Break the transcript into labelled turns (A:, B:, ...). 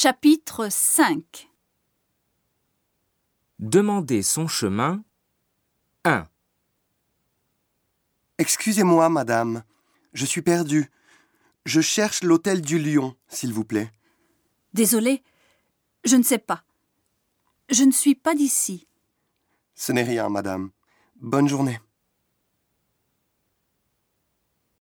A: Chapitre 5
B: Demander son chemin. 1,
C: Excusez-moi, madame, je suis perdu. Je cherche l'hôtel du Lion, s'il vous plaît.
A: Désolé, je ne sais pas. Je ne suis pas d'ici.
C: Ce n'est rien, madame. Bonne journée.